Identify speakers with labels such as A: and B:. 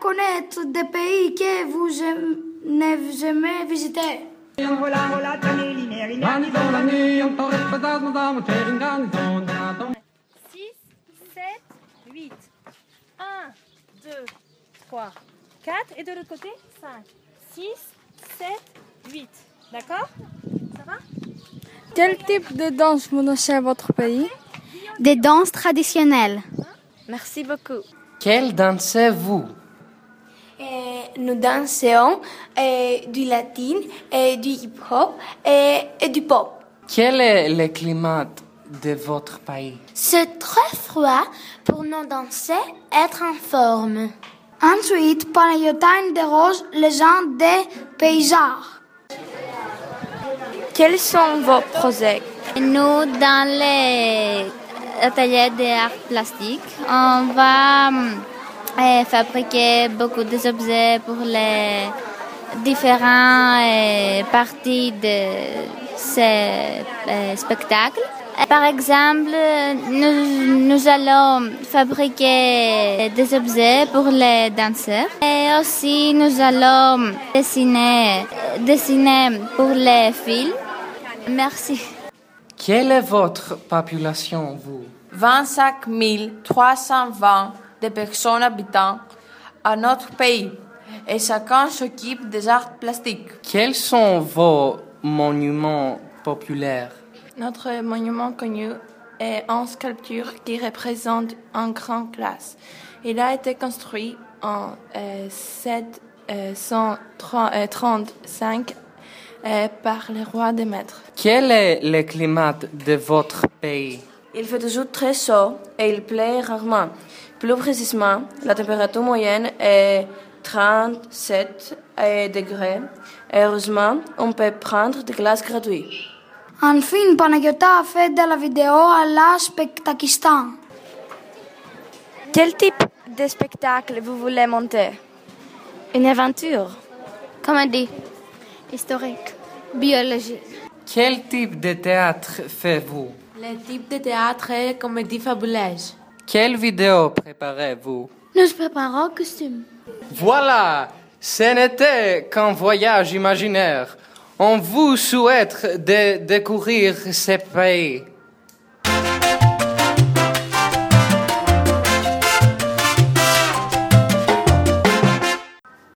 A: connaître des pays que vous n'avez jamais visités.
B: Bonjour
C: 6, 7, 8. 1, 2, 3, 4. Et de l'autre côté, 5, 6, 7, 8. D'accord Ça va
D: Quel type de danse menacez à votre pays
A: Des danses traditionnelles.
D: Merci beaucoup.
E: Quelle dansez-vous
F: nous dansons euh, du latin, euh, du hip-hop et, et du pop.
E: Quel est le climat de votre pays
F: C'est très froid pour nous danser, être en forme.
A: Ensuite, pendant le temps des roses, les gens des paysages.
D: Quels sont vos projets
G: Nous, dans les ateliers d'art plastique, on va hum, euh, fabriquer beaucoup d'objets pour les différents euh, parties de ces euh, spectacles. Par exemple, nous, nous allons fabriquer des objets pour les danseurs et aussi nous allons dessiner, dessiner pour les films. Merci.
E: Quelle est votre population, vous
H: 25 320 de personnes habitant à notre pays et chacun s'occupe des arts plastiques.
E: Quels sont vos monuments populaires
I: Notre monument connu est une sculpture qui représente un grand glace. Il a été construit en euh, 735 euh, par le roi des maîtres.
E: Quel est le climat de votre pays
H: Il fait toujours très chaud et il plaît rarement. Plus précisément, la température moyenne est 37 euh, degrés. Et heureusement, on peut prendre des glaces gratuites.
A: Enfin, Panagiotta a fait de la vidéo à la spectacistan.
D: Quel type de spectacle vous voulez monter
G: Une aventure. Comédie. Historique. Biologie.
E: Quel type de théâtre faites-vous
H: Le type de théâtre est comédie fabuleuse.
E: Quelle vidéo préparez-vous
G: Nous préparons costume.
E: Voilà, ce n'était qu'un voyage imaginaire. On vous souhaite de découvrir ce pays.